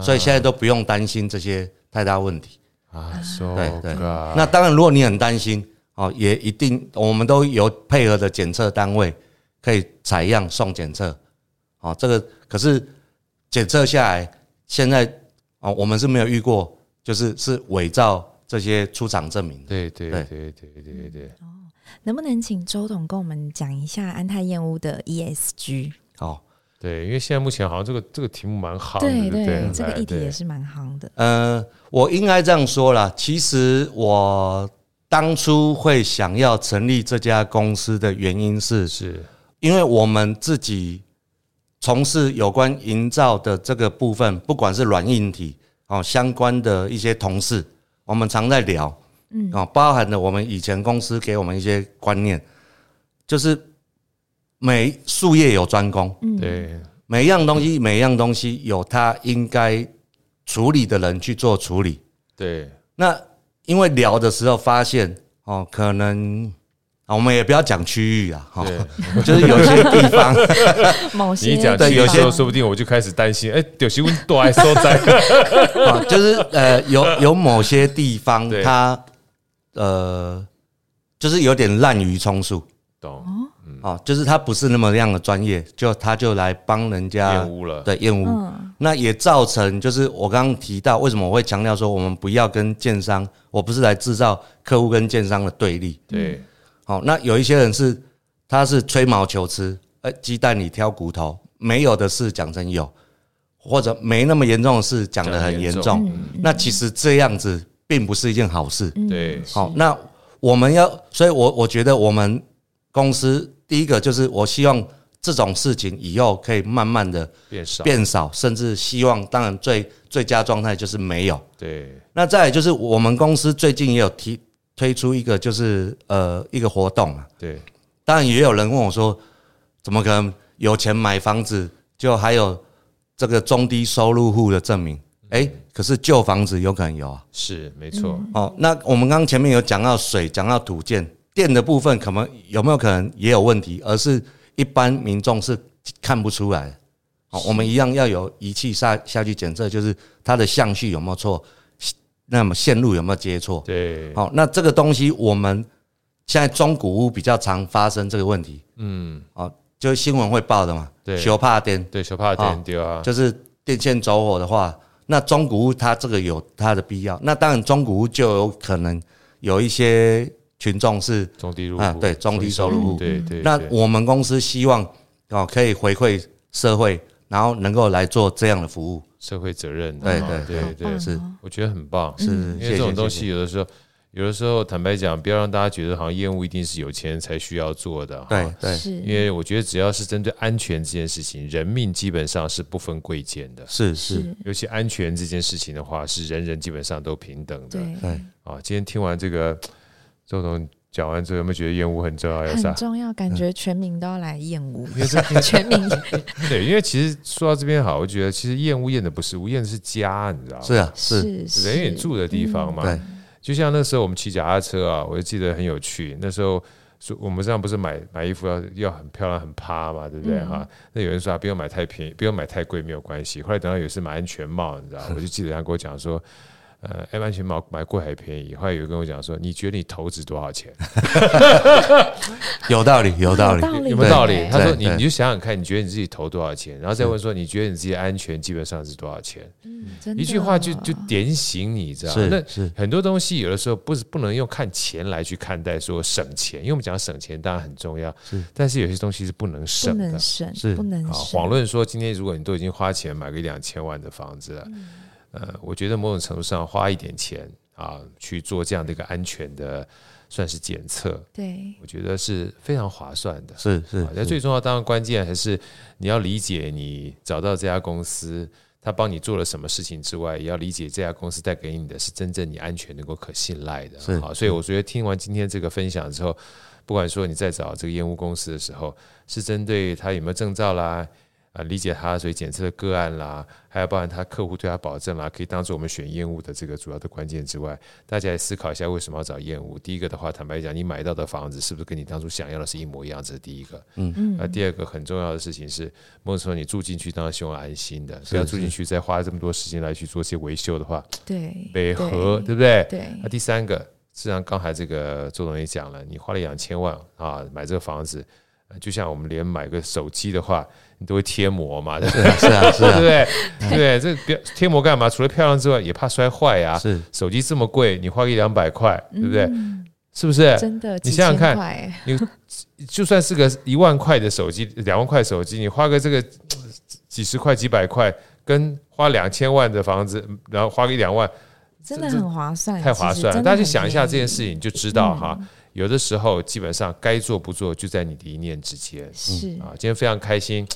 Speaker 3: 所以现在都不用担心这些太大问题。
Speaker 1: 啊，so
Speaker 3: 对对
Speaker 1: good
Speaker 3: 那当然，如果你很担心哦，也一定我们都有配合的检测单位可以采样送检测。哦，这个可是检测下来，现在哦，我们是没有遇过，就是是伪造这些出厂证明的。
Speaker 1: 对对
Speaker 3: 对
Speaker 1: 对对对对，
Speaker 2: 能不能请周董跟我们讲一下安泰燕屋的 E ESG？
Speaker 3: 哦，
Speaker 1: 对，因为现在目前好像这个这个题目蛮好的，
Speaker 2: 对
Speaker 1: 不对？
Speaker 2: 这个
Speaker 1: 哎
Speaker 2: 议题
Speaker 1: 对
Speaker 2: 也是蛮夯的。
Speaker 3: 呃，我应该这样说啦。其实我当初会想要成立这家公司的原因是，
Speaker 1: 是
Speaker 3: 因为我们自己从事有关营造的这个部分，不管是软硬体哦相关的一些同事，我们常在聊，嗯，哦，包含了我们以前公司给我们一些观念，就是每术业有专攻，
Speaker 1: 对
Speaker 3: 每一样东西每一样东西有它应该处理的人去做处理。
Speaker 1: 对
Speaker 3: 那因为聊的时候发现哦，可能啊，我们也不要讲区域啊，哈、
Speaker 1: 对，
Speaker 3: 就是有些地方，
Speaker 2: 某
Speaker 1: 你
Speaker 2: 些
Speaker 1: 一讲
Speaker 3: 对
Speaker 1: 这
Speaker 3: 有
Speaker 1: 个
Speaker 3: 些
Speaker 1: 时候，说不定我就开始担心，哎，有些问都还收 在
Speaker 3: 啊，就是呃，有有某些地方
Speaker 1: 对
Speaker 3: 它呃，就是有点滥竽充数
Speaker 1: 懂
Speaker 3: 啊，就是它不是那么样的专业，就他就来帮人家
Speaker 1: 厌恶了，
Speaker 3: 对厌恶。
Speaker 1: 哦
Speaker 2: 嗯，
Speaker 3: 那也造成就是我刚刚提到，为什么我会强调说我们不要跟建商，我不是来制造客户跟建商的对立。
Speaker 1: 对
Speaker 3: 好、那有一些人是他是吹毛求疵，呃，鸡蛋里挑骨头，没有的事讲成有，或者没那么严重的事讲得很严
Speaker 1: 讲得
Speaker 3: 重
Speaker 1: 很。
Speaker 2: 嗯
Speaker 3: 那其实这样子并不是一件好事。
Speaker 1: 对
Speaker 3: 好、那我们要，所以我我觉得我们公司第一个就是我希望这种事情以后可以慢慢的
Speaker 1: 变少，
Speaker 3: 变少，甚至希望当然最最佳状态就是没有。
Speaker 1: 对
Speaker 3: 那再来就是我们公司最近也有提推出一个就是呃一个活动啊，
Speaker 1: 对
Speaker 3: 当然也有人问我说，怎么可能有钱买房子，就还有这个中低收入户的证明？哎、可是旧房子有可能有啊。
Speaker 1: 是没错，
Speaker 3: 哦，那我们刚刚前面有讲到水，讲到土建电的部分，可能有没有可能也有问题，而是一般民众是看不出来的。哦，我们一样要有仪器下下去检测，就是它的相序有没有错，那么线路有没有接错。
Speaker 1: 对
Speaker 3: 好、那这个东西我们现在中古屋比较常发生这个问题，嗯，哦，就是新闻会报的嘛，
Speaker 1: 对
Speaker 3: 修怕电
Speaker 1: 对，小怕点丢啊，
Speaker 3: 就是电线走火的话，那中古屋它这个有它的必要，那当然中古屋就有可能有一些群众是，
Speaker 1: 中低入
Speaker 3: 啊
Speaker 1: 户
Speaker 3: 对中低收入户
Speaker 1: 对对，
Speaker 3: 那
Speaker 1: 对
Speaker 3: 我们公司希望哦可以回馈社会，然后能够来做这样的服务，
Speaker 1: 社会责任的
Speaker 3: 对
Speaker 1: 嘛，
Speaker 3: 对
Speaker 1: 对
Speaker 2: 哦
Speaker 1: 对，
Speaker 3: 是
Speaker 1: 我觉得很棒，
Speaker 3: 是
Speaker 2: 嗯
Speaker 1: 因
Speaker 3: 谢
Speaker 1: 为
Speaker 3: 谢
Speaker 1: 这种东
Speaker 3: 谢
Speaker 1: 西
Speaker 3: 谢
Speaker 1: 有的时候，有的时候坦白讲，不要让大家觉得好像厌恶一定是有钱人才需要做的，
Speaker 3: 对。对
Speaker 2: 是，
Speaker 1: 因为我觉得，只要是针对安全这件事情，人命基本上是不分贵贱
Speaker 2: 嗯
Speaker 1: 的。
Speaker 3: 是是
Speaker 2: 是，
Speaker 1: 尤其安全这件事情的话，是人人基本上都平等的。
Speaker 2: 对，
Speaker 3: 对
Speaker 1: 啊，今天听完这个周董讲完之后，有没有觉得厌恶很重要？有
Speaker 2: 很
Speaker 1: 啥？嗯
Speaker 2: 重要，感觉全民都要来厌恶
Speaker 1: 因为这
Speaker 2: 全民，
Speaker 1: 对，因为其实说到这边好，我觉得其实厌恶厌的不是，无厌的是家，你知道吗？
Speaker 3: 是啊是
Speaker 2: 是是嗯
Speaker 1: 人也住的地方嘛。
Speaker 3: 对
Speaker 1: 就像那时候我们骑脚踏车啊，我就记得很有趣。那时候说我们这样不是买买衣服要要很漂亮很趴嘛，对不对
Speaker 2: 嗯
Speaker 1: 哈、那有人说啊，不用买太便宜，不用买太贵，没有关系。后来等到有一次买安全帽，你知
Speaker 2: 嗯
Speaker 1: 道，我就记得他跟我讲说。呃，哎，安全帽买贵还便宜。后来有人跟我讲说，你觉得你投资多少钱？
Speaker 3: 有道理有道理
Speaker 2: 道理
Speaker 1: 有没有道理
Speaker 2: 对？嗯
Speaker 1: 他说
Speaker 3: 对
Speaker 1: 你
Speaker 3: 对
Speaker 1: 你就想想看，你觉得你自己投多少钱，然后再问说你觉得你自己的安全基本上是多少钱？
Speaker 2: 真的
Speaker 1: 一句话就就点醒你，知道吗？啊那
Speaker 3: 是是
Speaker 1: 很多东西有的时候不是不能用看钱来去看待，说省钱，因为我们讲省钱当然很重要，但是有些东西是不能
Speaker 2: 不
Speaker 1: 省的
Speaker 2: 能。省，
Speaker 3: 是
Speaker 2: 不能
Speaker 1: 啊，
Speaker 2: 省，
Speaker 1: 遑论说今天如果你都已经花钱买个一两千万的房子了，呃，我觉得某种程度上花一点钱啊去做这样的一个安全的算是检测，
Speaker 2: 对，
Speaker 1: 我觉得是非常划算的。
Speaker 3: 是是
Speaker 1: 啊，那最重要，当然关键还是你要理解你找到这家公司，他帮你做了什么事情之外，也要理解这家公司带给你的是真正你安全能够可信赖的。啊
Speaker 3: 是
Speaker 1: 好，所以我觉得听完今天这个分享之后，不管说你在找这个烟雾公司的时候，是针对他有没有证照啦。啊，理解他所以检测的个案啦，还有包含他客户对他保证啦，可以当做我们选烟雾的这个主要的关键之外，大家也思考一下为什么要找烟雾。第一个的话，坦白讲，你买到的房子是不是跟你当初想要的是一模一样？这是第一个。
Speaker 2: 嗯
Speaker 1: 那，第二个很重要的事情是，某种程度你住进去当然希望安心的，不要
Speaker 3: 是
Speaker 1: 住进去再花这么多时间来去做些维修的话，
Speaker 2: 对，
Speaker 1: 北河
Speaker 2: 对
Speaker 1: 对不对？哎
Speaker 2: 对
Speaker 1: 啊那第三个，自然刚才这个周总也讲了，你花了两千万啊买这个房子，呃就像我们连买个手机的话，你都会贴膜嘛， 对不对？
Speaker 3: 是啊是
Speaker 1: 对不
Speaker 3: 啊
Speaker 1: 对？对，这不要贴膜干嘛？除了漂亮之外，也怕摔坏 呀、
Speaker 3: 啊是
Speaker 1: 手机这么贵，你花个一两百块，对不对？
Speaker 2: 嗯
Speaker 1: 是不是？
Speaker 2: 真的，
Speaker 1: 你
Speaker 2: 几
Speaker 1: 想想
Speaker 2: 千
Speaker 1: 看
Speaker 2: 块哎
Speaker 1: 就算是个一万块的手机，两万块手机，你花个这个呃几十块、几百块，跟花两千万的房子，然后花个一两万，
Speaker 2: 真的很划算，
Speaker 1: 太划
Speaker 2: 哎其实
Speaker 1: 算了。
Speaker 2: 真的
Speaker 1: 大家去
Speaker 2: 很
Speaker 1: 想一下
Speaker 2: 便
Speaker 1: 这件
Speaker 2: 宜嗯
Speaker 1: 事情，就知道哈，有的时候基本上该做不做就在你的一念之间
Speaker 2: 是
Speaker 1: 啊。今天非常开心。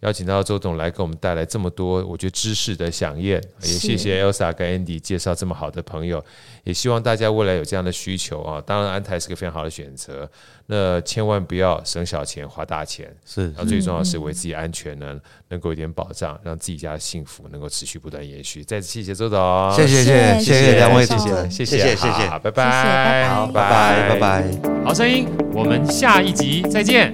Speaker 1: 邀请到周董来给我们带来这么多，我觉得知识的飨宴，也
Speaker 2: 是
Speaker 1: 谢谢 Elsa 跟 Andy 介绍这么好的朋友，也希望大家未来有这样的需求啊。当然，安泰是个非常好的选择，那千万不要省小钱花大钱，
Speaker 3: 是
Speaker 1: 然后最重要的
Speaker 2: 嗯
Speaker 1: 是为自己安全呢能够有点保障，让自己家的幸福能够持续不断延续。再次谢谢周董，
Speaker 3: 谢谢谢
Speaker 2: 谢
Speaker 3: 谢谢两位
Speaker 2: 谢
Speaker 3: 谢
Speaker 2: 谢
Speaker 1: 谢
Speaker 3: 谢谢谢谢
Speaker 1: 好
Speaker 3: 谢
Speaker 1: 拜拜，
Speaker 2: 拜
Speaker 3: 好拜拜拜拜。
Speaker 1: 好声音，我们下一集再见。